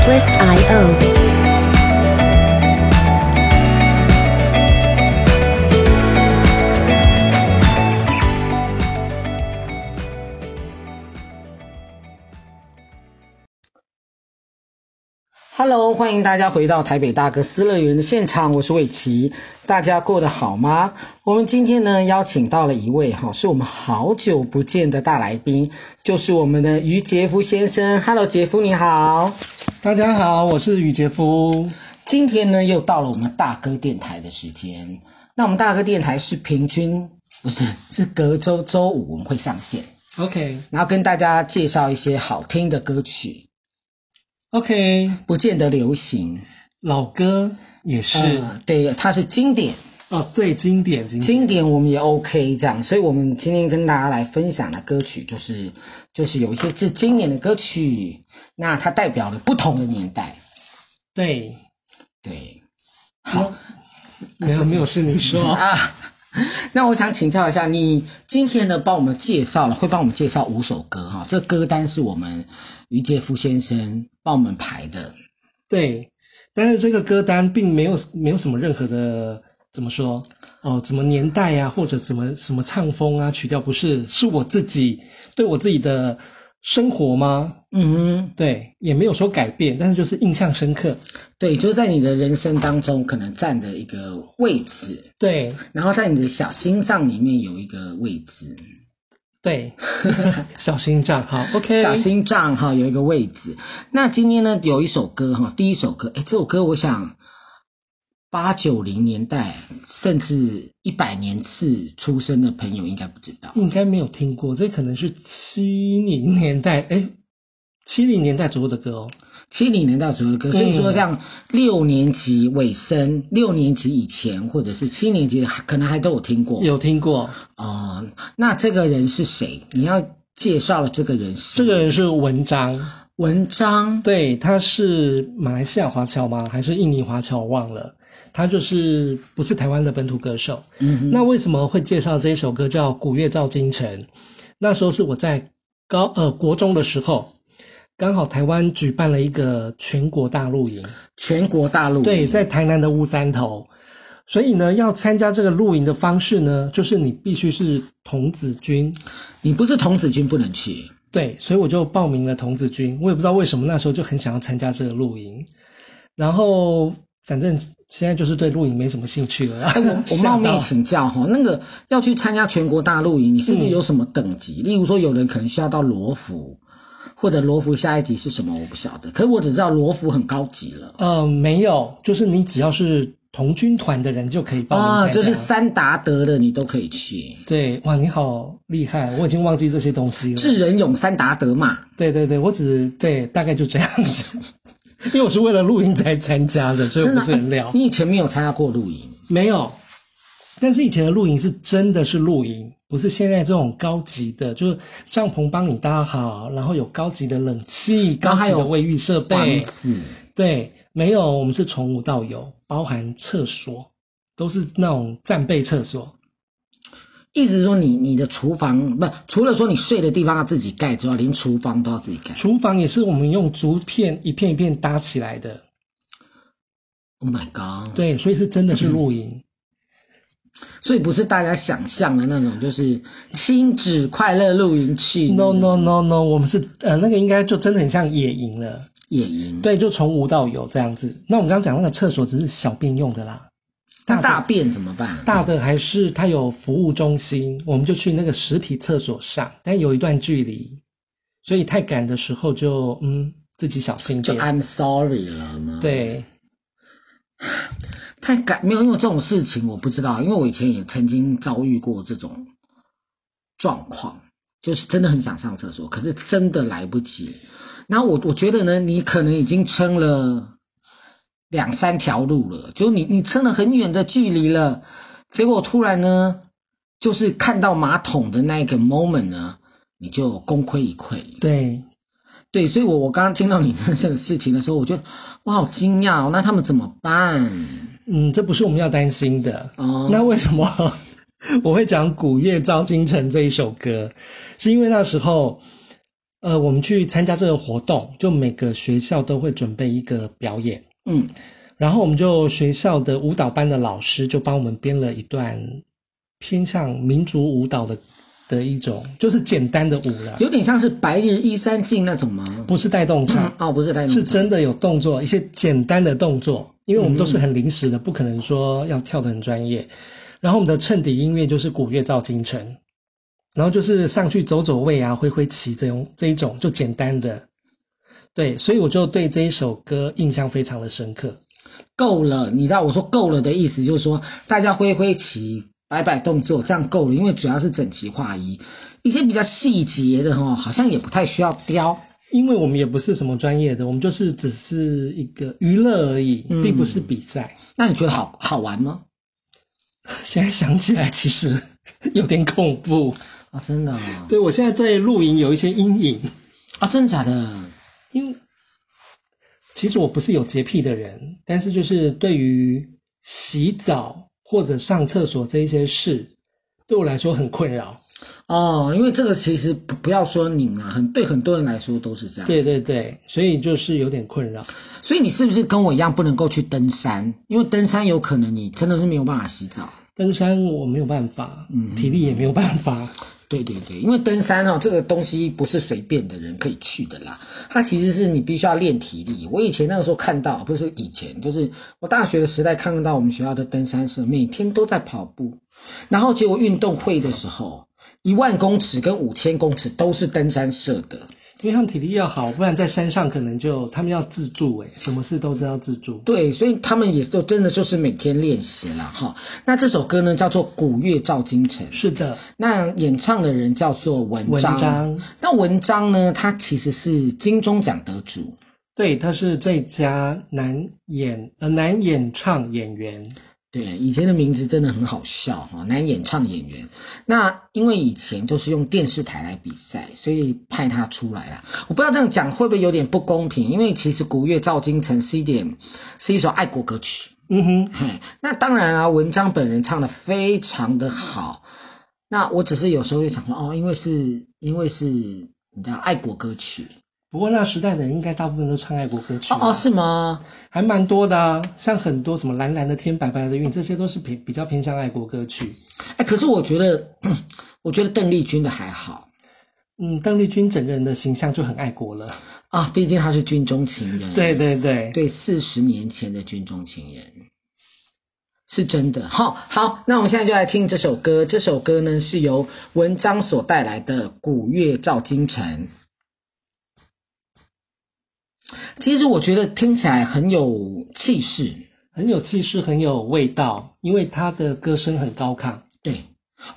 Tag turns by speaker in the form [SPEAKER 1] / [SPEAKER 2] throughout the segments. [SPEAKER 1] Bliss.io.
[SPEAKER 2] Hello，欢迎大家回到台北大哥斯乐园的现场，我是伟奇，大家过得好吗？我们今天呢邀请到了一位哈，是我们好久不见的大来宾，就是我们的于杰夫先生。Hello，杰夫你好，
[SPEAKER 3] 大家好，我是于杰夫。
[SPEAKER 2] 今天呢又到了我们大哥电台的时间。那我们大哥电台是平均不是是隔周周五我们会上线，
[SPEAKER 3] OK
[SPEAKER 2] 然后跟大家介绍一些好听的歌曲，
[SPEAKER 3] OK，
[SPEAKER 2] 不见得流行，
[SPEAKER 3] 老歌也是、
[SPEAKER 2] 呃对，它是经典。
[SPEAKER 3] 哦，对，经典经典。
[SPEAKER 2] 经典我们也 OK 这样，所以我们今天跟大家来分享的歌曲就是就是有一些是经典的歌曲，那它代表了不同的年代。
[SPEAKER 3] 对，
[SPEAKER 2] 对
[SPEAKER 3] 哦没有没有，是你说。
[SPEAKER 2] 啊， 那我想请教一下，你今天呢帮我们介绍了，会帮我们介绍五首歌哈，这歌单是我们于杰夫先生帮我们排的。
[SPEAKER 3] 对，但是这个歌单并没有没有什么任何的怎么说哦，怎么年代啊，或者怎么什么唱风啊，曲调不是，是我自己对我自己的生活吗？
[SPEAKER 2] 嗯哼，
[SPEAKER 3] 对，也没有说改变，但是就是印象深刻。
[SPEAKER 2] 对，就是在你的人生当中可能占的一个位置，
[SPEAKER 3] 对
[SPEAKER 2] 然后在你的小心脏里面有一个位置。
[SPEAKER 3] 对，小心脏好，OK，
[SPEAKER 2] 小心脏哈有一个位置。那今天呢有一首歌哈，第一首歌，哎，这首歌我想八九零年代甚至一百年次出生的朋友应该不知道。
[SPEAKER 3] 应该没有听过，这可能是七零年代，哎，七零年代左右的歌哦。
[SPEAKER 2] 七零年代左右的歌，所以说像六年级尾声、六年级以前或者是七年级，可能还都有听过。
[SPEAKER 3] 有听过，
[SPEAKER 2] 哦、那这个人是谁？你要介绍的这个人是
[SPEAKER 3] 这个人是文章，
[SPEAKER 2] 文章，
[SPEAKER 3] 对，他是马来西亚华侨吗？还是印尼华侨？我忘了。他就是不是台湾的本土歌手。嗯、那为什么会介绍这一首歌叫《古月照京城》？那时候是我在高呃国中的时候，刚好台湾举办了一个全国大露营。
[SPEAKER 2] 全国大陆
[SPEAKER 3] 对，在台南的乌山头。所以呢，要参加这个露营的方式呢，就是你必须是童子军。
[SPEAKER 2] 你不是童子军不能去。
[SPEAKER 3] 对，所以我就报名了童子军。我也不知道为什么那时候就很想要参加这个露营，然后反正现在就是对露营没什么兴趣了。
[SPEAKER 2] 哎 我
[SPEAKER 3] 吓
[SPEAKER 2] 冒昧
[SPEAKER 3] 到
[SPEAKER 2] 请教哈，那个要去参加全国大陆营，你是不是有什么等级？
[SPEAKER 3] 嗯
[SPEAKER 2] 例如说，有人可能需要到罗浮，或者罗浮下一级是什么，我不晓得。可是我只知道罗浮很高级了
[SPEAKER 3] 呃，没有，就是你只要是童军团的人就可以报名参
[SPEAKER 2] 啊，
[SPEAKER 3] 加。
[SPEAKER 2] 就是三达德的你都可以去，
[SPEAKER 3] 对，哇，你好厉害！我已经忘记这些东西了。
[SPEAKER 2] 智仁勇三达德嘛。
[SPEAKER 3] 对对对，我只对大概就这样子， 因为我是为了露营才参加的，所以我不是很了。
[SPEAKER 2] 哎你以前没有参加过露营，
[SPEAKER 3] 没有，但是以前的露营是真的是露营，不是现在这种高级的，就是帐篷帮你搭好，然后有高级的冷气、
[SPEAKER 2] 然
[SPEAKER 3] 高
[SPEAKER 2] 后还
[SPEAKER 3] 级
[SPEAKER 2] 有
[SPEAKER 3] 的卫浴设
[SPEAKER 2] 房
[SPEAKER 3] 备。
[SPEAKER 2] 子
[SPEAKER 3] 对，没有，我们是从无到有，包含厕所都是那种战备厕所。
[SPEAKER 2] 一直说你你的厨房不除了说你睡的地方要自己盖之外，连厨房都要自己盖。
[SPEAKER 3] 厨房也是我们用竹片一片一片搭起来的，
[SPEAKER 2] Oh my god！
[SPEAKER 3] 对，所以是真的是露营。
[SPEAKER 2] 所以不是大家想象的那种，就是亲子快乐露营去
[SPEAKER 3] No no
[SPEAKER 2] 嗯
[SPEAKER 3] no no，我们是呃那个应该就真的很像野营了，
[SPEAKER 2] 野营。
[SPEAKER 3] 对，就从无到有这样子。那我们刚刚讲那个厕所只是小便用的啦，
[SPEAKER 2] 那大便怎么办？
[SPEAKER 3] 大的还是它有服务中心，我们就去那个实体厕所上，但有一段距离，所以太赶的时候就嗯自己小心
[SPEAKER 2] 就
[SPEAKER 3] 点。
[SPEAKER 2] I'm sorry 了吗？，
[SPEAKER 3] 对，
[SPEAKER 2] 太感没有，因为这种事情我不知道，因为我以前也曾经遭遇过这种状况，就是真的很想上厕所，可是真的来不及。然后我我觉得呢，你可能已经撑了两三条路了，就你你撑了很远的距离了，结果突然呢，就是看到马桶的那个 moment 呢，你就功亏一篑。
[SPEAKER 3] 对，
[SPEAKER 2] 对，所以我我刚刚听到你的这个事情的时候，我觉得我好惊讶哦，那他们怎么办？
[SPEAKER 3] 嗯，这不是我们要担心的。
[SPEAKER 2] 哦
[SPEAKER 3] 那为什么 我会讲《古月照京城》这一首歌？是因为那时候呃，我们去参加这个活动，就每个学校都会准备一个表演，
[SPEAKER 2] 嗯，
[SPEAKER 3] 然后我们就学校的舞蹈班的老师就帮我们编了一段偏向民族舞蹈的的一种，就是简单的舞啦，
[SPEAKER 2] 有点像是白日依山尽那种吗？
[SPEAKER 3] 不是带动唱，
[SPEAKER 2] 哦，不是带动
[SPEAKER 3] 嗯是
[SPEAKER 2] 唱
[SPEAKER 3] 真的有动作，一些简单的动作，因为我们都是很临时的，不可能说要跳得很专业。然后我们的衬底音乐就是古乐造京城，然后就是上去走走位啊，挥挥旗这种这一种就简单的。对，所以我就对这一首歌印象非常的深刻。
[SPEAKER 2] 够了，你知道我说够了的意思就是说，大家挥挥旗、摆摆动作，这样够了，因为主要是整齐划一，一些比较细节的哈，好像也不太需要雕。
[SPEAKER 3] 因为我们也不是什么专业的，我们就是只是一个娱乐而已，并不是比赛。
[SPEAKER 2] 那你觉得好好玩吗？
[SPEAKER 3] 现在想起来，其实有点恐怖。
[SPEAKER 2] 啊、真的啊、
[SPEAKER 3] 对我现在对露营有一些阴影。
[SPEAKER 2] 啊真的假的？
[SPEAKER 3] 因为其实我不是有洁癖的人，但是就是对于洗澡或者上厕所这一些事，对我来说很困扰。
[SPEAKER 2] 哦，因为这个其实不不要说你们啊，很对很多人来说都是这样。，
[SPEAKER 3] 对对对，所以就是有点困扰。
[SPEAKER 2] 所以你是不是跟我一样不能够去登山？因为登山有可能你真的是没有办法洗澡。
[SPEAKER 3] 登山我没有办法，体力也没有办法。
[SPEAKER 2] 对对对，因为登山哦，这个东西不是随便的人可以去的啦，它其实是你必须要练体力。我以前那个时候看到，不是以前，就是我大学的时代看到我们学校的登山社每天都在跑步，然后结果运动会的时候，一万公尺跟五千公尺都是登山社的。
[SPEAKER 3] 因为他们体力要好，不然在山上可能就他们要自助、欸，什么事都是要自助。
[SPEAKER 2] 对，所以他们也就真的就是每天练习了哈。那这首歌呢叫做《古月照京城》，
[SPEAKER 3] 是的，
[SPEAKER 2] 那演唱的人叫做文
[SPEAKER 3] 文
[SPEAKER 2] 章。
[SPEAKER 3] 章
[SPEAKER 2] 那文章呢，他其实是金钟奖得主。
[SPEAKER 3] 对，他是最佳男演呃男演唱演员。
[SPEAKER 2] 对，以前的名字真的很好笑哈，男演唱演员。那因为以前都是用电视台来比赛，所以派他出来啦。我不知道这样讲会不会有点不公平，因为其实《古月照京城》是一点是一首爱国歌曲。
[SPEAKER 3] 嗯哼，
[SPEAKER 2] 嘿，那当然啊，文章本人唱的非常的好。那我只是有时候会想说，哦，因为是因为是你知道爱国歌曲
[SPEAKER 3] 不过那时代的人应该大部分都唱爱国歌曲啊
[SPEAKER 2] 哦哦是吗？
[SPEAKER 3] 还蛮多的啊，像很多什么蓝蓝的天、白白的云，这些都是比比较偏向爱国歌曲。
[SPEAKER 2] 哎，可是我觉得， 我觉得邓丽君的还好
[SPEAKER 3] 嗯，邓丽君整个人的形象就很爱国了。
[SPEAKER 2] 啊，毕竟她是军中情人。
[SPEAKER 3] 对对对，
[SPEAKER 2] 对，四十年前的军中情人是真的。好，好，那我们现在就来听这首歌。这首歌呢是由文章所带来的《古月照京城》。其实我觉得听起来很有气势，
[SPEAKER 3] 很有气势，很有味道，因为她的歌声很高亢。
[SPEAKER 2] 对。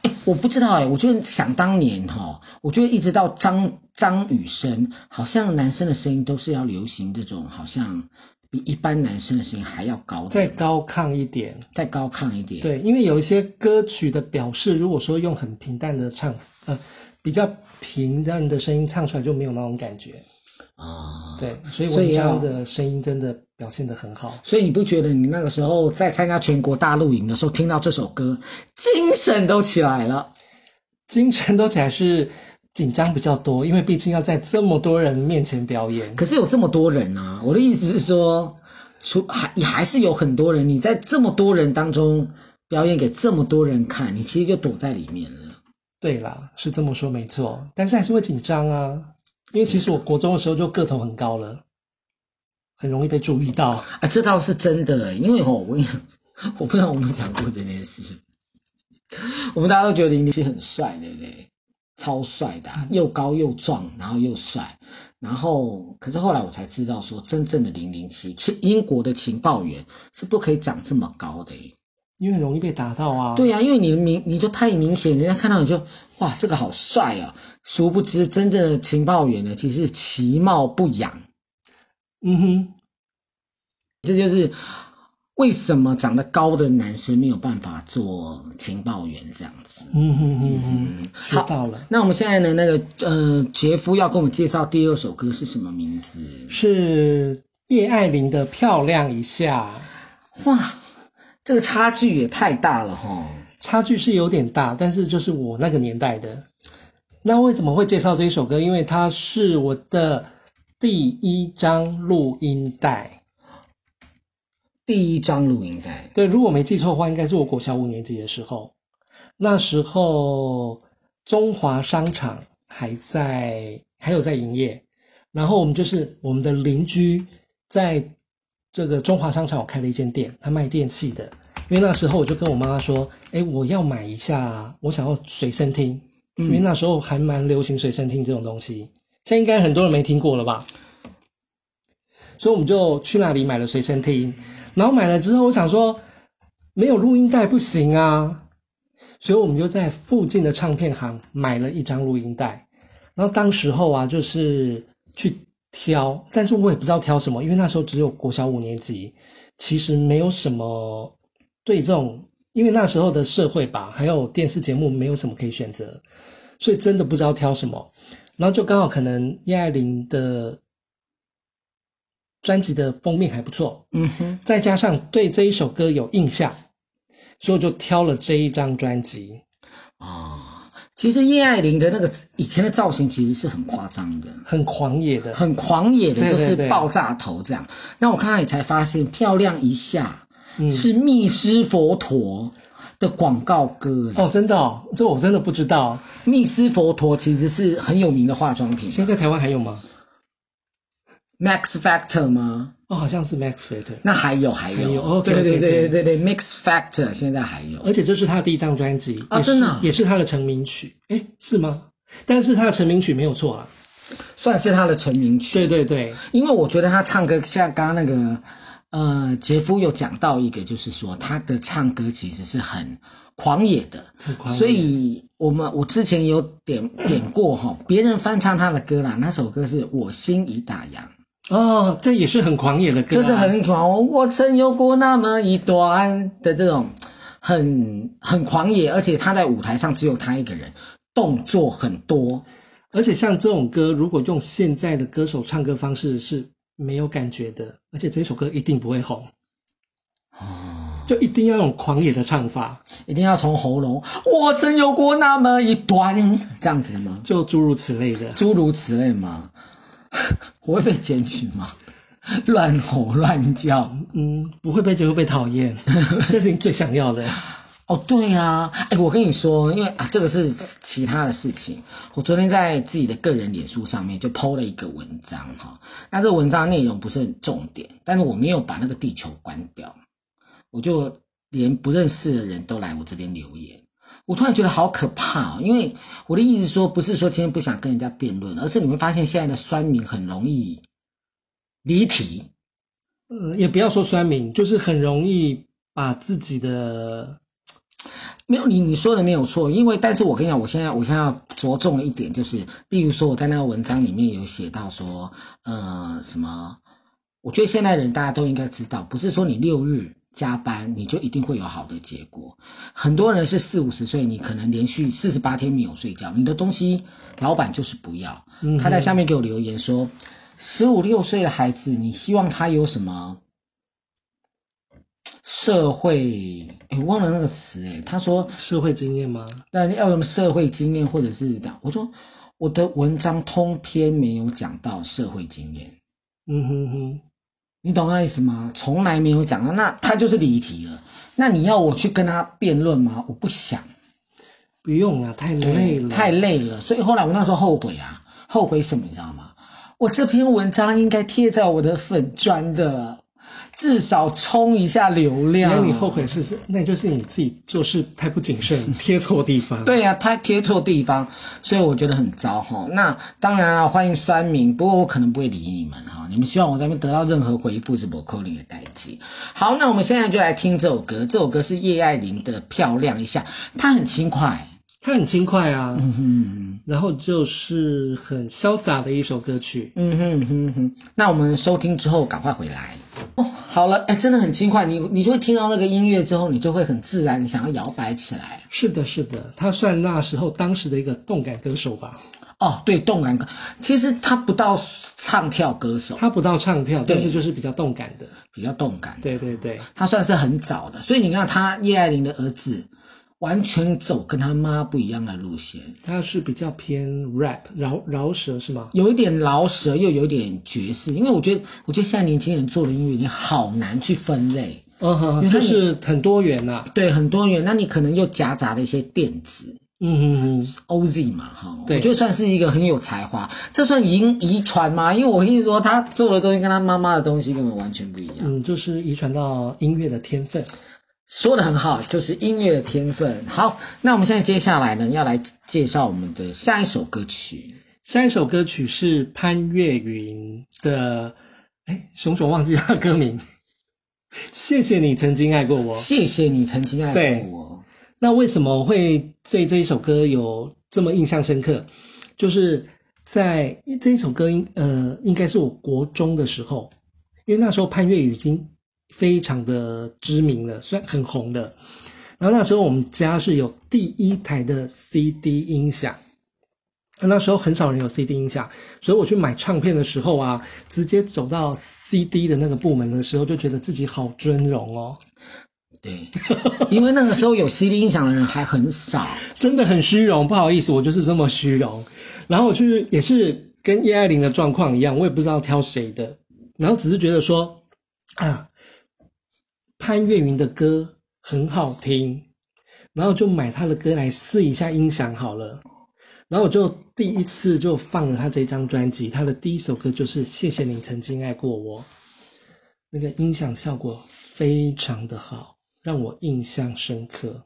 [SPEAKER 2] 哎我不知道哎、我觉得想当年哈、我觉得一直到张张雨生，好像男生的声音都是要流行这种，好像比一般男生的声音还要高的，
[SPEAKER 3] 再高亢一点，
[SPEAKER 2] 再高亢一点。
[SPEAKER 3] 对，因为有一些歌曲的表示，如果说用很平淡的唱，呃，比较平淡的声音唱出来就没有那种感觉。
[SPEAKER 2] 啊、
[SPEAKER 3] 对，所以
[SPEAKER 2] 所
[SPEAKER 3] 文
[SPEAKER 2] 以要
[SPEAKER 3] 章的声音真的表现得很好。
[SPEAKER 2] 所以你不觉得你那个时候在参加全国大露营的时候，听到这首歌，精神都起来了？
[SPEAKER 3] 精神都起来是紧张比较多，因为毕竟要在这么多人面前表演。
[SPEAKER 2] 可是有这么多人啊，我的意思是说，除还也还是有很多人，你在这么多人当中表演给这么多人看，你其实就躲在里面了。
[SPEAKER 3] 对啦，是这么说没错，但是还是会紧张啊，因为其实我国中的时候就个头很高了，很容易被注意到。
[SPEAKER 2] 啊，这倒是真的，因为哦，我跟你讲，我不知道我们讲过这件事情。我们大家都觉得林立很帅，对不对？超帅的啊、又高又壮，然后又帅，然后可是后来我才知道说，真正的零零七是英国的情报员是不可以长这么高的耶。
[SPEAKER 3] 因为很容易被打到啊，
[SPEAKER 2] 对呀、因为你明你就太明显，人家看到你就哇，这个好帅啊！殊不知，真正的情报员呢，其实是其貌不扬。
[SPEAKER 3] 嗯哼，
[SPEAKER 2] 这就是为什么长得高的男生没有办法做情报员这样子。
[SPEAKER 3] 嗯哼哼哼，学到了，
[SPEAKER 2] 那我们现在呢，那个呃，杰夫要跟我们介绍第二首歌是什么名字？
[SPEAKER 3] 是叶爱玲的《漂亮一下
[SPEAKER 2] 哇，这个差距也太大了哈！》，
[SPEAKER 3] 差距是有点大，但是就是我那个年代的，那为什么会介绍这一首歌？因为它是我的第一张录音带。
[SPEAKER 2] 第一张录音带，
[SPEAKER 3] 对，如果没记错的话，应该是我国小五年级的时候。那时候中华商场还在，还有在营业。然后我们就是我们的邻居，在这个中华商场，我开了一间店，他卖电器的。因为那时候我就跟我妈妈说：“哎，我要买一下，我想要随身听。”因为那时候还蛮流行随身听这种东西，现在应该很多人没听过了吧？所以我们就去那里买了随身听，然后买了之后，我想说没有录音带不行啊，所以我们就在附近的唱片行买了一张录音带。然后当时候啊，就是去挑，但是我也不知道挑什么，因为那时候只有国小五年级，其实没有什么对这种，因为那时候的社会吧，还有电视节目没有什么可以选择，所以真的不知道挑什么。然后就刚好可能叶爱玲的专辑的封面还不错，
[SPEAKER 2] 嗯哼，
[SPEAKER 3] 再加上对这一首歌有印象，所以我就挑了这一张专辑。
[SPEAKER 2] 啊其实叶爱玲的那个以前的造型其实是很夸张的，
[SPEAKER 3] 很狂野的，
[SPEAKER 2] 很狂野的，
[SPEAKER 3] 对
[SPEAKER 2] 就
[SPEAKER 3] 对
[SPEAKER 2] 是
[SPEAKER 3] 对
[SPEAKER 2] 爆炸头这样。那我看到也才发现，漂亮一下是密斯佛陀的广告歌。
[SPEAKER 3] 哦，真的、哦，这我真的不知道。
[SPEAKER 2] 密斯佛陀其实是很有名的化妆品
[SPEAKER 3] 现在台湾还有吗？
[SPEAKER 2] ，Max Factor 吗？
[SPEAKER 3] 哦，好像是 Max Factor，
[SPEAKER 2] 那还有还有，
[SPEAKER 3] 有，OK，哦
[SPEAKER 2] 对对
[SPEAKER 3] OK，
[SPEAKER 2] 对对对对，Mix Factor 现在还有。
[SPEAKER 3] 而且这是他的第一张专辑
[SPEAKER 2] 啊
[SPEAKER 3] 也是
[SPEAKER 2] 真的啊
[SPEAKER 3] 也是他的成名曲，诶，是吗？但是他的成名曲没有错啦。
[SPEAKER 2] 算是他的成名曲。
[SPEAKER 3] 对对对，
[SPEAKER 2] 因为我觉得他唱歌，像刚刚那个呃杰夫有讲到一个，就是说他的唱歌其实是很狂野的，
[SPEAKER 3] 狂野
[SPEAKER 2] 所以我们我之前有点点过哈、别人翻唱他的歌啦，那首歌是我心已打烊。
[SPEAKER 3] 哦，这也是很狂野的歌、啊，
[SPEAKER 2] 就是很狂。我曾有过那么一段的这种很很狂野，而且他在舞台上只有他一个人，动作很多，
[SPEAKER 3] 而且像这种歌，如果用现在的歌手唱歌方式是没有感觉的，而且这首歌一定不会红。就一定要用狂野的唱法，
[SPEAKER 2] 一定要从喉咙。我曾有过那么一段这样子的吗？
[SPEAKER 3] 就诸如此类的。
[SPEAKER 2] 诸如此类吗？ 我会被检举吗？ 乱吼乱叫
[SPEAKER 3] 嗯，不会被就会被讨厌，这是你最想要的。
[SPEAKER 2] 哦，对啊，哎，我跟你说，因为啊，这个是其他的事情。我昨天在自己的个人脸书上面就 PO 了一个文章哈，那这个文章内容不是很重点，但是我没有把那个地球关掉，我就连不认识的人都来我这边留言。我突然觉得好可怕哦，因为我的意思说，不是说今天不想跟人家辩论，而是你会发现现在的酸民很容易离题，
[SPEAKER 3] 嗯，也不要说酸民，就是很容易把自己的
[SPEAKER 2] 没有，你你说的没有错，因为但是我跟你讲，我现在我现在要着重的一点就是，例如说我在那个文章里面有写到说，呃，什么，我觉得现代人大家都应该知道，不是说你六日加班你就一定会有好的结果，很多人是四五十岁，你可能连续四十八天没有睡觉，你的东西老板就是不要。他在下面给我留言说，十五六岁的孩子，你希望他有什么？社会，哎，我忘了那个词，哎，他说
[SPEAKER 3] 社会经验吗？
[SPEAKER 2] 那要有什么社会经验或者是讲，我说我的文章通篇没有讲到社会经验，
[SPEAKER 3] 嗯哼哼，
[SPEAKER 2] 你懂那意思吗？从来没有讲到，那他就是离题了。那你要我去跟他辩论吗？我不想，
[SPEAKER 3] 不用了，太累了，
[SPEAKER 2] 太累了。所以后来我那时候后悔啊，后悔什么你知道吗？我这篇文章应该贴在我的粉砖的，至少冲一下流量。
[SPEAKER 3] 那你后悔是是，那就是你自己做事太不谨慎，贴错地方。
[SPEAKER 2] 对呀、他贴错地方，所以我觉得很糟哈。那当然了，欢迎酸民，不过我可能不会理你们哈。你们希望我在那边得到任何回复是不扣零的代际。好，那我们现在就来听这首歌，这首歌是叶爱玲的《漂亮一下》，她很轻快，
[SPEAKER 3] 它很轻快啊，然后就是很潇洒的一首歌曲。
[SPEAKER 2] 嗯哼哼哼。那我们收听之后赶快回来。哦，好了，哎，真的很轻快，你你就会听到那个音乐之后，你就会很自然地想要摇摆起来。
[SPEAKER 3] 是的，是的，他算那时候当时的一个动感歌手吧。
[SPEAKER 2] 哦，对，动感歌，其实他不到唱跳歌手，
[SPEAKER 3] 他不到唱跳，
[SPEAKER 2] 对
[SPEAKER 3] 但是就是比较动感的。
[SPEAKER 2] 比较动感。
[SPEAKER 3] 对对对，
[SPEAKER 2] 他算是很早的，所以你看他叶爱玲的儿子，完全走跟他妈不一样的路线，
[SPEAKER 3] 它是比较偏 rap 饶饶舌是吗？
[SPEAKER 2] 有一点饶舌，又有点爵士。因为我觉得，我觉得现在年轻人做的音乐已经好难去分类，
[SPEAKER 3] 嗯哼，就是很多元呐、啊
[SPEAKER 2] 对，很多元。那你可能又夹杂了一些电子，
[SPEAKER 3] 嗯嗯嗯，
[SPEAKER 2] OZ 嘛，哈，我
[SPEAKER 3] 对
[SPEAKER 2] 觉得哦算是一个很有才华，这算遗遗传吗？因为我跟你说，他做的东西跟他妈妈的东西根本完全不一样。
[SPEAKER 3] 嗯，就是遗传到音乐的天分。
[SPEAKER 2] 说的很好，就是音乐的天分。好，那我们现在接下来呢，要来介绍我们的下一首歌曲。
[SPEAKER 3] 下一首歌曲是潘越云的，哎，熊熊忘记他的歌名。谢谢你曾经爱过我。
[SPEAKER 2] 谢谢你曾经爱
[SPEAKER 3] 对
[SPEAKER 2] 过我，
[SPEAKER 3] 那为什么会对这一首歌有这么印象深刻？就是在这一首歌应呃，应该是我国中的时候，因为那时候潘越云已经非常的知名了，虽然很红的。然后那时候我们家是有第一台的 CD 音响，那时候很少人有 CD 音响，所以我去买唱片的时候啊，直接走到 CD 的那个部门的时候，就觉得自己好尊荣哦，
[SPEAKER 2] 对， 因为那个时候有 CD 音响的人还很少，
[SPEAKER 3] 真的很虚荣，不好意思，我就是这么虚荣。然后我去也是跟叶爱玲的状况一样，我也不知道挑谁的，然后只是觉得说啊，潘越云的歌很好听，然后就买他的歌来试一下音响好了。然后我就第一次就放了他这张专辑，他的第一首歌就是《谢谢你曾经爱过我》，那个音响效果非常的好，让我印象深刻。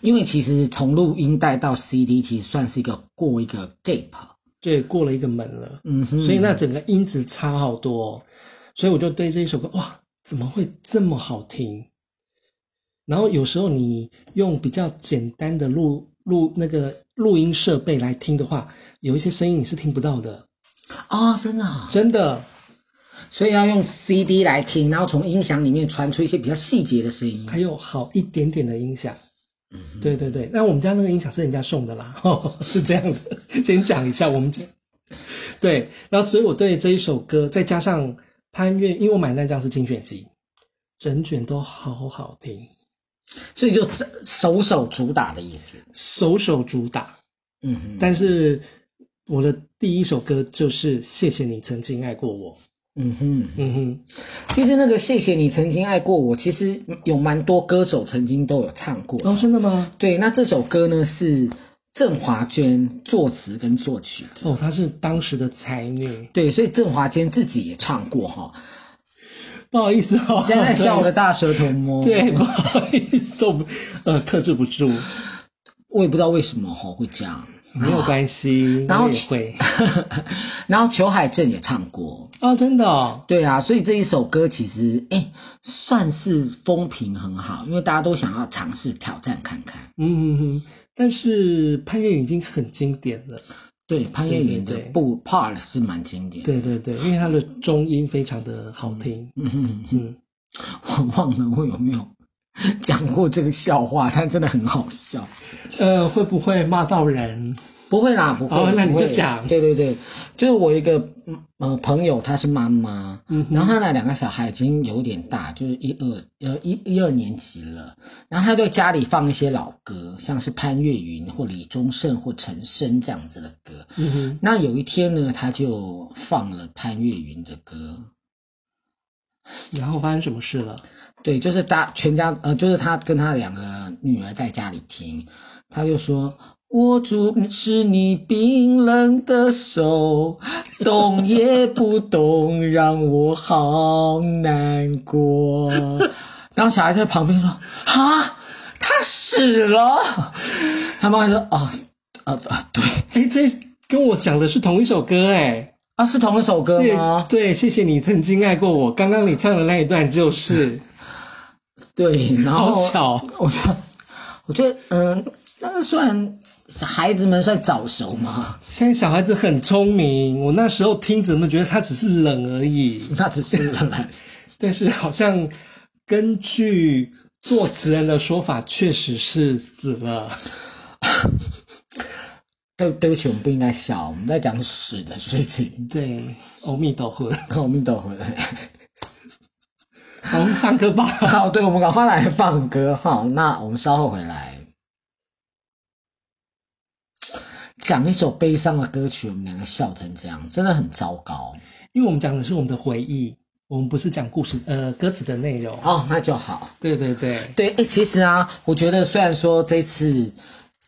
[SPEAKER 2] 因为其实从录音带到 CD 其实算是一个过一个 gap。
[SPEAKER 3] 对，过了一个门了，
[SPEAKER 2] 嗯哼，
[SPEAKER 3] 所以那整个音质差好多哦、所以我就对这一首歌，哇，怎么会这么好听？然后有时候你用比较简单的录录那个录音设备来听的话，有一些声音你是听不到的，
[SPEAKER 2] 啊、真的啊、
[SPEAKER 3] 真的。
[SPEAKER 2] 所以要用 CD 来听，然后从音响里面传出一些比较细节的声音。
[SPEAKER 3] 还有好一点点的音响，
[SPEAKER 2] 嗯
[SPEAKER 3] 对对对。那我们家那个音响是人家送的啦， 是这样的。先讲一下，我们对，然后所以我对这一首歌，再加上潘越，因为我买那张是精选集，整卷都好好听，
[SPEAKER 2] 所以就这首首主打的意思。
[SPEAKER 3] 首首主打。
[SPEAKER 2] 嗯哼，
[SPEAKER 3] 但是我的第一首歌就是《谢谢你曾经爱过我》。
[SPEAKER 2] 嗯哼，
[SPEAKER 3] 嗯哼，
[SPEAKER 2] 其实那个谢谢你曾经爱过我，其实有蛮多歌手曾经都有唱过。
[SPEAKER 3] 哦，真的吗？
[SPEAKER 2] 对，那这首歌呢是郑华娟作词跟作曲的。
[SPEAKER 3] 哦，她是当时的才女，
[SPEAKER 2] 对，所以郑华娟自己也唱过哈。
[SPEAKER 3] 哦不好意思哦，
[SPEAKER 2] 现 在笑我的大舌头摸。
[SPEAKER 3] 对，不好意思，我不呃克制不住，
[SPEAKER 2] 我也不知道为什么哈会这样。
[SPEAKER 3] 没有关系，
[SPEAKER 2] 然后
[SPEAKER 3] 我也会
[SPEAKER 2] 然后裘海正也唱过。
[SPEAKER 3] 哦，真的、哦，
[SPEAKER 2] 对啊，所以这一首歌其实哎算是风评很好，因为大家都想要尝试挑战看看。
[SPEAKER 3] 嗯哼哼，但是潘越云已经很经典了，
[SPEAKER 2] 对，潘越云的
[SPEAKER 3] 对对
[SPEAKER 2] 不 part 是蛮经典的。
[SPEAKER 3] 对对对，因为他的中音非常的好听，
[SPEAKER 2] 我忘了我有没有讲过这个笑话，但真的很好笑。
[SPEAKER 3] 呃，会不会骂到人？
[SPEAKER 2] 不会啦，不会。
[SPEAKER 3] 哦那你就
[SPEAKER 2] 不会
[SPEAKER 3] 讲
[SPEAKER 2] 对对对，就是我一个嗯呃朋友，她是妈妈，
[SPEAKER 3] 嗯
[SPEAKER 2] 然后她那两个小孩已经有点大，就是一二呃一一二年级了，然后她对家里放一些老歌，像是潘越云或李宗盛或陈升这样子的歌。
[SPEAKER 3] 嗯哼，
[SPEAKER 2] 那有一天呢，她就放了潘越云的歌，
[SPEAKER 3] 然后发生什么事了？
[SPEAKER 2] 对，就是大全家呃，就是他跟他两个女儿在家里听，他就说：“我祝是你冰冷的手，动也不动，让我好难过。”然后小孩在旁边说：“啊，他死了。”他妈妈说：“哦，呃呃，对
[SPEAKER 3] 哎，这跟我讲的是同一首歌哎，
[SPEAKER 2] 啊，是同一首歌
[SPEAKER 3] 这
[SPEAKER 2] 吗？
[SPEAKER 3] 对，谢谢你曾经爱过我，刚刚你唱的那一段就是，
[SPEAKER 2] 对， 然后
[SPEAKER 3] 好巧，
[SPEAKER 2] 我觉得，我觉得，嗯，那个算孩子们算早熟嘛，
[SPEAKER 3] 现在小孩子很聪明，我那时候听怎么觉得他只是冷而已。
[SPEAKER 2] 那只是冷来。
[SPEAKER 3] 但是好像根据作词人的说法，确实是死了。
[SPEAKER 2] 对，对不起，我们不应该笑，我们在讲屎的事情。
[SPEAKER 3] 对，欧米斗魂，
[SPEAKER 2] 我们等回来。
[SPEAKER 3] 我们唱歌吧。
[SPEAKER 2] 好，对，我们赶快来放歌哈。那我们稍后回来。讲一首悲伤的歌曲，我们两个笑成这样，真的很糟糕。
[SPEAKER 3] 因为我们讲的是我们的回忆，我们不是讲故事呃歌词的内容。
[SPEAKER 2] 哦，那就好。
[SPEAKER 3] 对对对，
[SPEAKER 2] 对，哎，其实啊，我觉得虽然说这次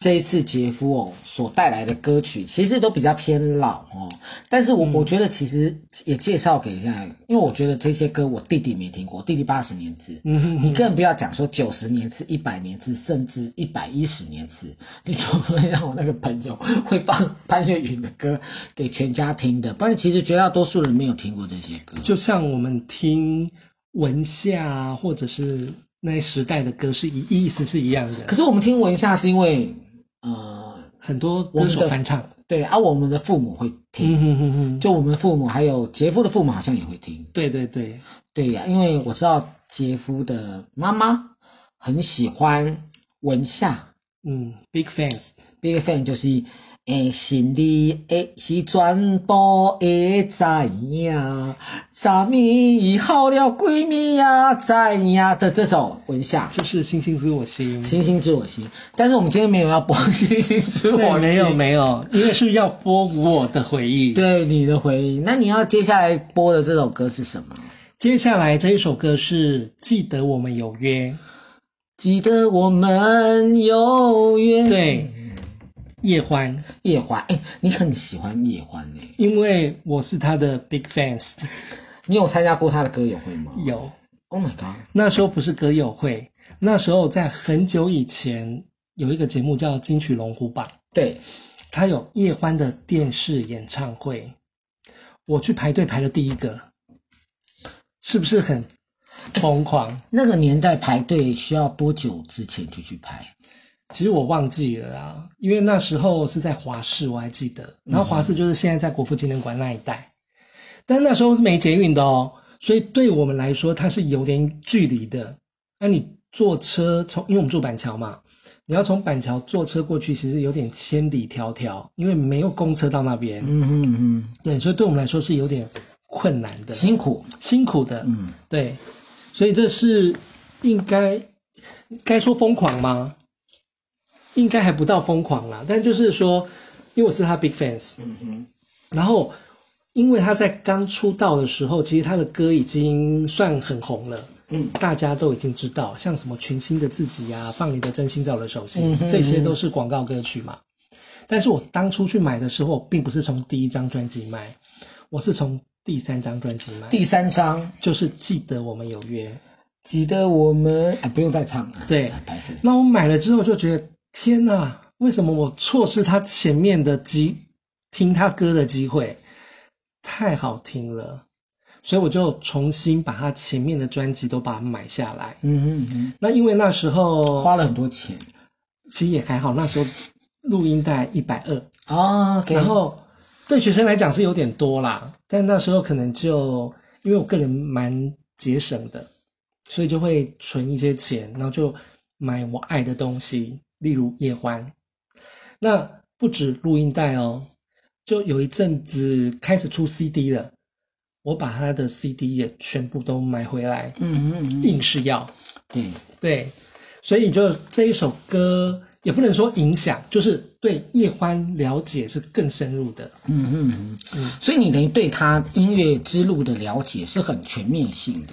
[SPEAKER 2] 这一次杰夫哦所带来的歌曲，其实都比较偏老哦，但是我、我觉得其实也介绍给现在，因为我觉得这些歌我弟弟没听过，弟弟八十年次，嗯，你更不要讲说九十年次、一百年次，甚至一百一十年次，你就会让我那个朋友会放潘越云的歌给全家听的，不然其实绝大多数人没有听过这些歌。
[SPEAKER 3] 就像我们听文夏啊或者是那些时代的歌是一意思是一样
[SPEAKER 2] 可
[SPEAKER 3] 的，
[SPEAKER 2] 是我们听闻一下是因为呃。
[SPEAKER 3] 很多歌
[SPEAKER 2] 我们
[SPEAKER 3] 手
[SPEAKER 2] 的
[SPEAKER 3] 翻唱。
[SPEAKER 2] 对，啊，我们的父母会听，
[SPEAKER 3] 嗯哼哼哼，
[SPEAKER 2] 就我们父母还有杰夫的父母好像也会听。
[SPEAKER 3] 对对对，
[SPEAKER 2] 对呀、因为我知道杰夫的妈妈很喜欢文夏
[SPEAKER 3] 嗯，Big fans。
[SPEAKER 2] ，Big Fan 就是诶，心里诶是全部会知影，十米以后了闺蜜呀知影的这首文夏。
[SPEAKER 3] 就是星星知我心。
[SPEAKER 2] 星星知我心，但是我们今天没有要播星星知我
[SPEAKER 3] 对，
[SPEAKER 2] 心，
[SPEAKER 3] 没有没有，因为是要播我的回忆。
[SPEAKER 2] 对你的回忆。那你要接下来播的这首歌是什么？
[SPEAKER 3] 接下来这一首歌是《记得我们有约
[SPEAKER 2] 记得我们有》，约。，
[SPEAKER 3] 对，叶欢，
[SPEAKER 2] 夜欢，哎、你很喜欢夜欢呢、
[SPEAKER 3] 因为我是他的 big fans，
[SPEAKER 2] 你有参加过他的歌友会吗
[SPEAKER 3] 有
[SPEAKER 2] ？Oh my god！
[SPEAKER 3] 那时候不是歌友会，那时候在很久以前有一个节目叫金曲龙虎榜，
[SPEAKER 2] 对，
[SPEAKER 3] 它有叶欢的电视演唱会，我去排队排了第一个，是不是很疯狂？
[SPEAKER 2] 那个年代排队需要多久之前就去排？
[SPEAKER 3] 其实我忘记了啊，因为那时候是在华视，我还记得。然后华视就是现在在国父纪念馆那一带，但那时候是没捷运的哦，所以对我们来说它是有点距离的。那、你坐车从，因为我们住板桥嘛，你要从板桥坐车过去，其实有点千里迢迢，因为没有公车到那边。
[SPEAKER 2] 嗯哼嗯
[SPEAKER 3] 对，所以对我们来说是有点困难的
[SPEAKER 2] 哼，。辛苦。
[SPEAKER 3] 辛苦的，嗯，对，所以这是应该该说疯狂吗？应该还不到疯狂啦，但就是说，因为我是他 big fans，嗯哼，然后因为他在刚出道的时候，其实他的歌已经算很红了。嗯，大家都已经知道，像什么《全新的自己》啊，《放你的真心在我的手心》这些都是广告歌曲嘛。但是我当初去买的时候，并不是从第一张专辑买，我是从第三张专辑买。
[SPEAKER 2] 第三章，
[SPEAKER 3] 就是记得我们有约。
[SPEAKER 2] 记得我们哎，不用再唱了。哎
[SPEAKER 3] 对
[SPEAKER 2] 白色。
[SPEAKER 3] 那我买了之后就觉得，天哪，为什么我错失他前面的机听他歌的机会？太好听了，所以我就重新把他前面的专辑都把它买下来。
[SPEAKER 2] 嗯哼嗯
[SPEAKER 3] 那因为那时
[SPEAKER 2] 哼，
[SPEAKER 3] 候
[SPEAKER 2] 花了很多钱
[SPEAKER 3] 其实也还好，那时候录音带一百二，
[SPEAKER 2] 啊。OK
[SPEAKER 3] 然后对学生来讲是有点多啦，但那时候可能就因为我个人蛮节省的，所以就会存一些钱，然后就买我爱的东西，例如夜欢。那不止录音带哦，就有一阵子开始出 CD 了，我把他的 CD 也全部都买回来，
[SPEAKER 2] 嗯嗯嗯，
[SPEAKER 3] 硬是要。
[SPEAKER 2] 对，
[SPEAKER 3] 对，所以就这一首歌也不能说影响，就是对叶欢了解是更深入的。
[SPEAKER 2] 所以你等于对他音乐之路的了解是很全面性的。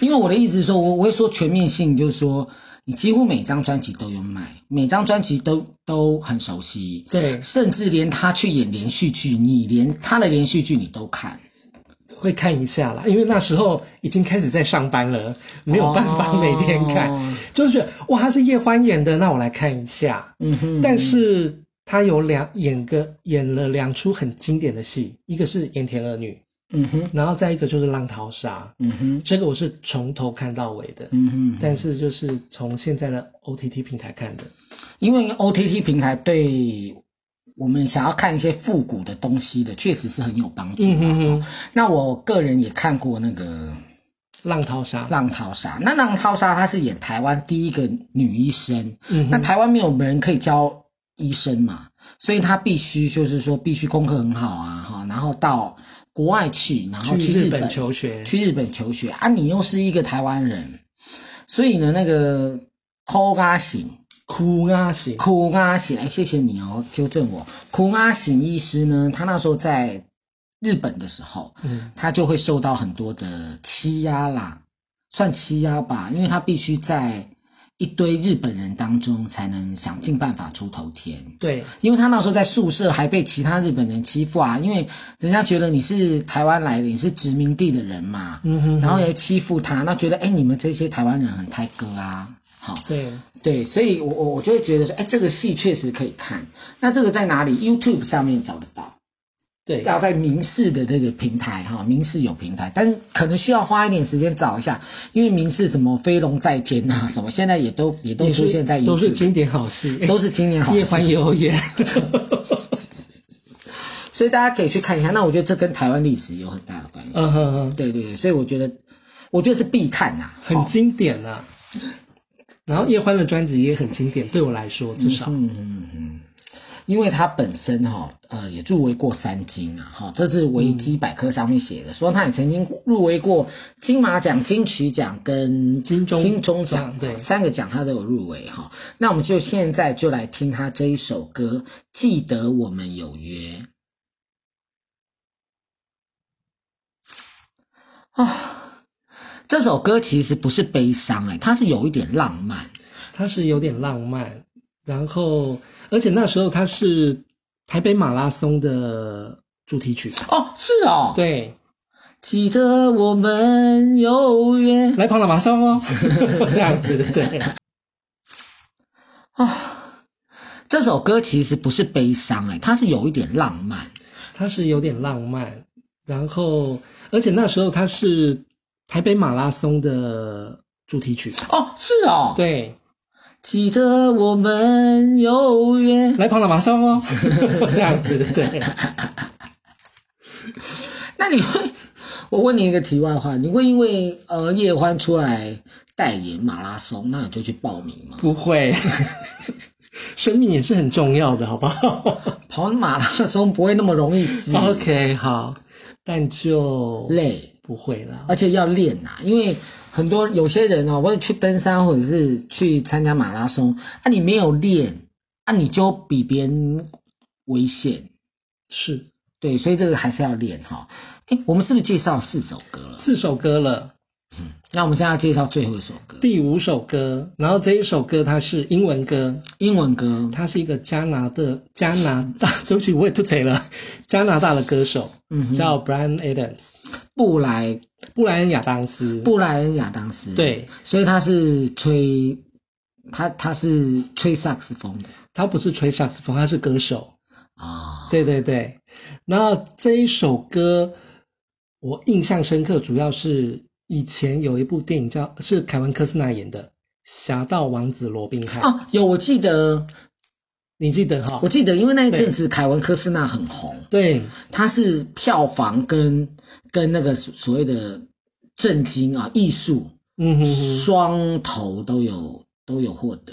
[SPEAKER 2] 因为我的意思是说，我我会说全面性，就是说你几乎每张专辑都有买，每张专辑都都很熟悉，
[SPEAKER 3] 对，
[SPEAKER 2] 甚至连他去演连续剧，你连他的连续剧你都看，
[SPEAKER 3] 会看一下啦，因为那时候已经开始在上班了，没有办法每天看，
[SPEAKER 2] 哦
[SPEAKER 3] 就是觉得哇，他是叶欢演的，那我来看一下。
[SPEAKER 2] 嗯哼，
[SPEAKER 3] 但是他有两演个演了两出很经典的戏，一个是《盐田儿女
[SPEAKER 2] 嗯哼》，，
[SPEAKER 3] 然后再一个就是《浪淘沙》。
[SPEAKER 2] 嗯哼，
[SPEAKER 3] 这个我是从头看到尾的，
[SPEAKER 2] 嗯哼。
[SPEAKER 3] 但是就是从现在的 OTT 平台看的。
[SPEAKER 2] 因为 OTT 平台对我们想要看一些复古的东西的，确实是很有帮助啦。
[SPEAKER 3] 嗯哼
[SPEAKER 2] 那我个人也看过那个
[SPEAKER 3] 浪淘沙，
[SPEAKER 2] 浪淘沙。那浪淘沙她是演台湾第一个女医生，
[SPEAKER 3] 嗯
[SPEAKER 2] 那台湾没有人可以教医生嘛，所以她必须就是说必须功课很好啊，哈，然后到国外去，然后去
[SPEAKER 3] 去日
[SPEAKER 2] 本
[SPEAKER 3] 本求学，
[SPEAKER 2] 去日本求学啊，你又是一个台湾人，所以呢，那个抠嘎醒
[SPEAKER 3] 哭啊醒，
[SPEAKER 2] 苦阿醒，哎，谢谢你哦，纠正我。苦阿醒医师呢，他那时候在日本的时候，
[SPEAKER 3] 嗯
[SPEAKER 2] 他就会受到很多的欺压啦，算欺压吧，因为他必须在一堆日本人当中才能想尽办法出头天。
[SPEAKER 3] 对，
[SPEAKER 2] 因为他那时候在宿舍还被其他日本人欺负啊，因为人家觉得你是台湾来的，你是殖民地的人嘛，
[SPEAKER 3] 嗯哼，
[SPEAKER 2] 然后也欺负他，那觉得哎，你们这些台湾人很泰哥啊，好，
[SPEAKER 3] 对，
[SPEAKER 2] 对，所以我我我就会觉得说，哎，这个戏确实可以看。那这个在哪里？YouTube 上面找得到，
[SPEAKER 3] 对，
[SPEAKER 2] 要在明视的这个平台哈，明视有平台，但是可能需要花一点时间找一下，因为明视什么飞龙在天呐、什么，现在也都也都
[SPEAKER 3] 也是
[SPEAKER 2] 出现在 YouTube，
[SPEAKER 3] 都是经典好戏，
[SPEAKER 2] 都是今年好戏
[SPEAKER 3] 夜欢 有演，
[SPEAKER 2] 所以大家可以去看一下。那我觉得这跟台湾历史有很大的关系。
[SPEAKER 3] 嗯哼哼，
[SPEAKER 2] 对对对，所以我觉得，我觉得是必看呐、啊。
[SPEAKER 3] 很经典啊。然后叶欢的专辑也很经典，对我来说至少，
[SPEAKER 2] 嗯因为他本身哈、呃，也入围过三金啊，哈、这是维基百科上面写的，说他也曾经入围过金马奖、金曲奖跟
[SPEAKER 3] 金钟
[SPEAKER 2] 金钟奖
[SPEAKER 3] 奖，对
[SPEAKER 2] 三个奖他都有入围哈、那我们就现在就来听他这一首歌《记得我们有约》啊。这首歌其实不是悲伤哎、它是有一点浪漫，
[SPEAKER 3] 它是有点浪漫。然后，而且那时候它是台北马拉松的主题曲，
[SPEAKER 2] 哦，是哦，
[SPEAKER 3] 对，
[SPEAKER 2] 记得我们有约。
[SPEAKER 3] 来跑马拉松 哦，这样子，对，
[SPEAKER 2] 这首歌其实不是悲伤、哎，它是有一点浪漫。
[SPEAKER 3] 它是有点浪漫。然后，而且那时候它是台北马拉松的主题曲，
[SPEAKER 2] 哦，是哦，
[SPEAKER 3] 对，
[SPEAKER 2] 记得我们有约。
[SPEAKER 3] 来跑马拉松哦， 这样 子，对。
[SPEAKER 2] 那你会， 我问你一个题外话，你会因为呃叶欢出来代言马拉松，那你就去报名吗？
[SPEAKER 3] 不会，生命也是很重要的，好不好
[SPEAKER 2] 跑马拉松不会那么容易
[SPEAKER 3] 嗯
[SPEAKER 2] 死，
[SPEAKER 3] ？OK，好，但就
[SPEAKER 2] 累。
[SPEAKER 3] 不会啦。
[SPEAKER 2] 而且要练呐、因为很多有些人哦，或者去登山，或者是去参加马拉松，啊，你没有练，啊，你就比别人危险。
[SPEAKER 3] 是
[SPEAKER 2] 对，所以这个还是要练哈、哎，我们是不是介绍四首歌了？
[SPEAKER 3] 四首歌了，
[SPEAKER 2] 那我们现在要介绍最后一首歌，
[SPEAKER 3] 第五首歌，然后这一首歌它是英文歌，
[SPEAKER 2] 英文歌。
[SPEAKER 3] 它是一个加拿的加拿大， 对不起，我也吐贼了，加拿大的歌手，叫 Brian Adams，
[SPEAKER 2] 布莱
[SPEAKER 3] 布莱恩亚当斯，
[SPEAKER 2] 布莱恩亚当斯，，
[SPEAKER 3] 对
[SPEAKER 2] 所以他是吹，他他是吹萨克斯风的
[SPEAKER 3] 他不是吹萨克斯风，他是歌手，
[SPEAKER 2] 啊、
[SPEAKER 3] 对对对，那这一首歌我印象深刻，主要是以前有一部电影叫是凯文·科斯纳演的《侠盗王子罗宾汉》，
[SPEAKER 2] 哦，有我记得，
[SPEAKER 3] 你记得哈
[SPEAKER 2] 我？记得，因为那一阵子凯文科斯纳很红，
[SPEAKER 3] 对
[SPEAKER 2] 它是票房跟跟那个所所谓的震惊啊，艺术
[SPEAKER 3] 嗯哼哼，
[SPEAKER 2] 双头都有都有获得。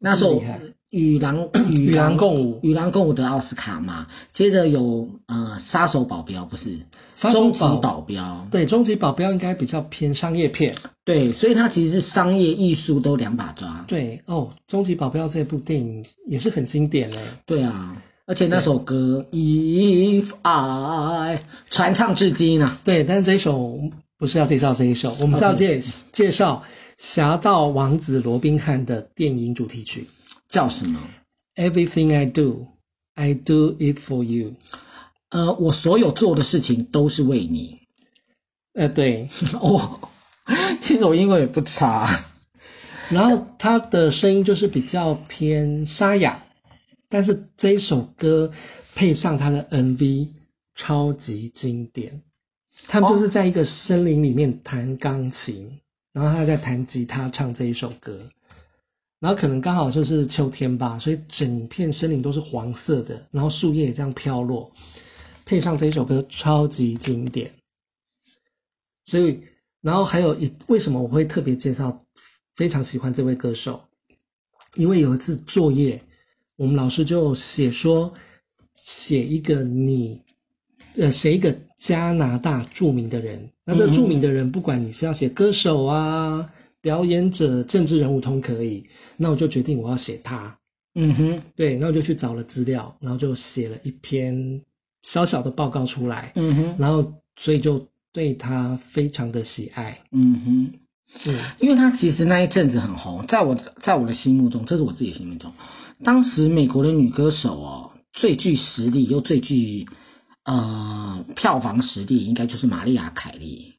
[SPEAKER 2] 那时
[SPEAKER 3] 这
[SPEAKER 2] 候
[SPEAKER 3] 么厉害
[SPEAKER 2] 与狼与
[SPEAKER 3] 与狼共舞
[SPEAKER 2] 与狼共舞得奥斯卡嘛，接着有呃杀手保镖不是
[SPEAKER 3] 杀手
[SPEAKER 2] 终
[SPEAKER 3] 保
[SPEAKER 2] 极保镖
[SPEAKER 3] 对，《终极保镖》应该比较偏商业片。
[SPEAKER 2] 对，所以它其实是商业艺术都两把抓。
[SPEAKER 3] 对哦，《终极保镖》这部电影也是很经典嘞。
[SPEAKER 2] 对啊，而且那首歌 If I 传唱至今啊，
[SPEAKER 3] 对，但是这一首不是要介绍这一首，我们是要介介绍《侠盗王子罗宾汉》的电影主题曲。
[SPEAKER 2] 叫什么？
[SPEAKER 3] Everything I do, I do it for you。
[SPEAKER 2] 呃，我所有做的事情都是为你。
[SPEAKER 3] 呃，对。
[SPEAKER 2] 哦， 其实我英文也不差。
[SPEAKER 3] 然后他的声音就是比较偏沙哑，但是这一首歌配上他的 MV，超级经典。他们就是在一个森林里面弹钢琴，然后他在弹吉他唱这一首歌。然后可能刚好就是秋天吧，所以整片森林都是黄色的，然后树叶也这样飘落，配上这一首歌超级经典。所以，然后还有一为什么我会特别介绍，非常喜欢这位歌手，因为有一次作业，我们老师就写说，写一个你，呃，写一个加拿大著名的人。那这著名的人，不管你是要写歌手啊、表演者、政治人物通可以，那我就决定我要写他。
[SPEAKER 2] 嗯哼，
[SPEAKER 3] 对，那我就去找了资料，然后就写了一篇小小的报告出来，
[SPEAKER 2] 嗯哼，
[SPEAKER 3] 然后所以就对他非常的喜爱。
[SPEAKER 2] 嗯哼。
[SPEAKER 3] 嗯，
[SPEAKER 2] 因为他其实那一阵子很红，在我在我的心目中，这是我自己的心目中，当时美国的女歌手哦，最具实力又最具呃票房实力，应该就是玛丽亚·凯莉。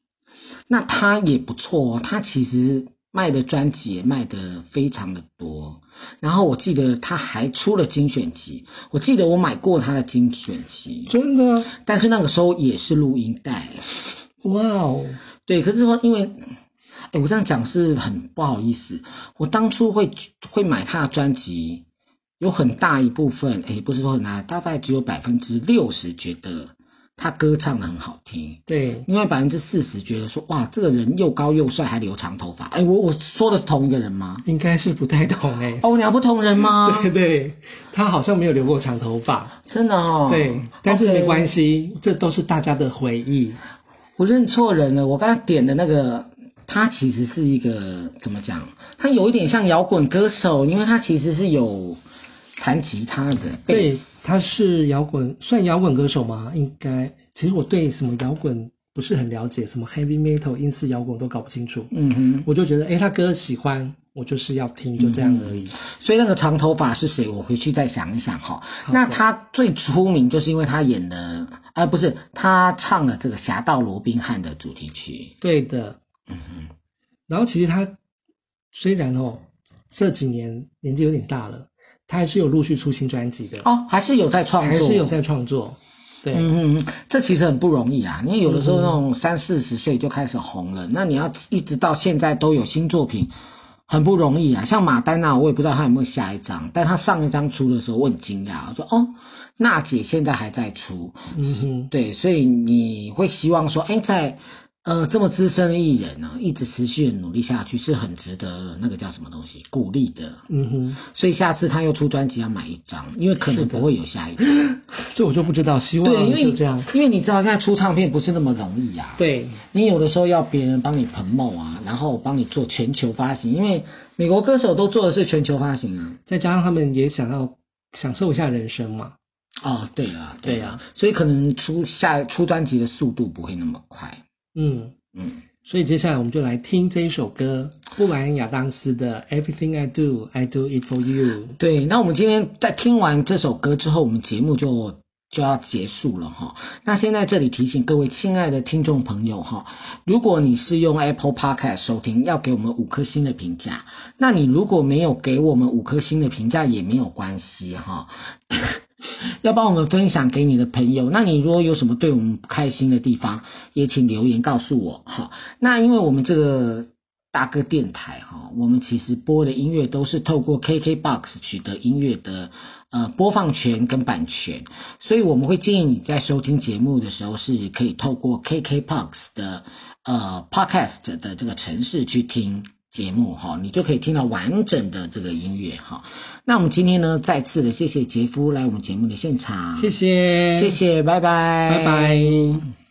[SPEAKER 2] 那她也不错哦，她其实卖的专辑也卖的非常的多。然后我记得她还出了精选集，我记得我买过她的精选集，
[SPEAKER 3] 真的，
[SPEAKER 2] 但是那个时候也是录音带。
[SPEAKER 3] 哇哦，
[SPEAKER 2] 对，可是说因为，哎，我这样讲是很不好意思。我当初会会买他的专辑，有很大一部分，哎，不是说很大，大概只有百分之六十觉得他歌唱的很好听，
[SPEAKER 3] 对，
[SPEAKER 2] 另外百分之四十觉得说哇，这个人又高又帅，还留长头发。哎，我我说的是同一个人吗？
[SPEAKER 3] 应该是不太懂哎、
[SPEAKER 2] 哦，俩不同人吗？
[SPEAKER 3] 对对，他好像没有留过长头发，
[SPEAKER 2] 真的哦。
[SPEAKER 3] 对，但是
[SPEAKER 2] OK
[SPEAKER 3] 没关系，这都是大家的回忆。
[SPEAKER 2] 我认错人了，我刚刚点的那个，他其实是一个怎么讲？他有一点像摇滚歌手，因为他其实是有弹吉他的贝
[SPEAKER 3] 对
[SPEAKER 2] 斯。，
[SPEAKER 3] 他是摇滚，算摇滚歌手吗？应该，其实我对什么摇滚不是很了解，什么 heavy metal、英式摇滚都搞不清楚。嗯哼，我就觉得，哎，他歌喜欢，我就是要听，就这样而已。
[SPEAKER 2] 所以那个长头发是谁？我回去再想一想哈。那他最出名就是因为他演了，呃，不是他唱了这个《侠盗罗宾汉》的主题曲。
[SPEAKER 3] 对的。嗯然后其实他虽然哦这几年年纪有点大了，他还是有陆续出新专辑的，
[SPEAKER 2] 哦，还是有在创作，
[SPEAKER 3] 还是有在创作。对，
[SPEAKER 2] 嗯，这其实很不容易啊，因为有的时候那种三四十岁就开始红了，那你要一直到现在都有新作品，很不容易啊。像马丹娜，我也不知道她有没有下一张，但她上一张出的时候，我很惊讶，我说哦，娜姐现在还在出，
[SPEAKER 3] 嗯
[SPEAKER 2] 对，所以你会希望说，哎，在呃这么资深的艺人呢、一直持续的努力下去，是很值得那个叫什么东西鼓励的。
[SPEAKER 3] 哼，嗯哼，
[SPEAKER 2] 所以下次他又出专辑要买一张，因为可能不会有下一张。
[SPEAKER 3] 这我就不知道，希望
[SPEAKER 2] 对，因为
[SPEAKER 3] 就
[SPEAKER 2] 你
[SPEAKER 3] 这样。
[SPEAKER 2] 因为你知道现在出唱片不是那么容易呀、
[SPEAKER 3] 对，
[SPEAKER 2] 你有的时候要别人帮你 promo 啊，然后帮你做全球发行，因为美国歌手都做的是全球发行啊。
[SPEAKER 3] 再加上他们也想要享受一下人生嘛。
[SPEAKER 2] 哦，对了，
[SPEAKER 3] 对
[SPEAKER 2] 啊
[SPEAKER 3] 啊，
[SPEAKER 2] 所以可能出下出专辑的速度不会那么快。
[SPEAKER 3] 嗯
[SPEAKER 2] 嗯
[SPEAKER 3] 嗯，所以接下来我们就来听这一首歌，布莱恩亚当斯的《Everything I Do I Do It For You》。
[SPEAKER 2] 对，那我们今天在听完这首歌之后，我们节目就就要结束了哈。那现在这里提醒各位亲爱的听众朋友哈，如果你是用 Apple Podcast 收听，要给我们五颗星的评价。那你如果没有给我们五颗星的评价也没有关系哈。要帮我们分享给你的朋友。那你如果有什么对我们不开心的地方，也请留言告诉我哈。那因为我们这个大哥电台哈，我们其实播的音乐都是透过 KKBOX 取得音乐的呃播放权跟版权，所以我们会建议你在收听节目的时候是可以透过 KKBOX 的呃 Podcast 的这个城市去听。节目哈，你就可以听到完整的这个音乐哈。那我们今天呢，再次的谢谢杰夫来我们节目的现场，
[SPEAKER 3] 谢谢，
[SPEAKER 2] 谢，谢，拜拜，
[SPEAKER 3] 拜拜。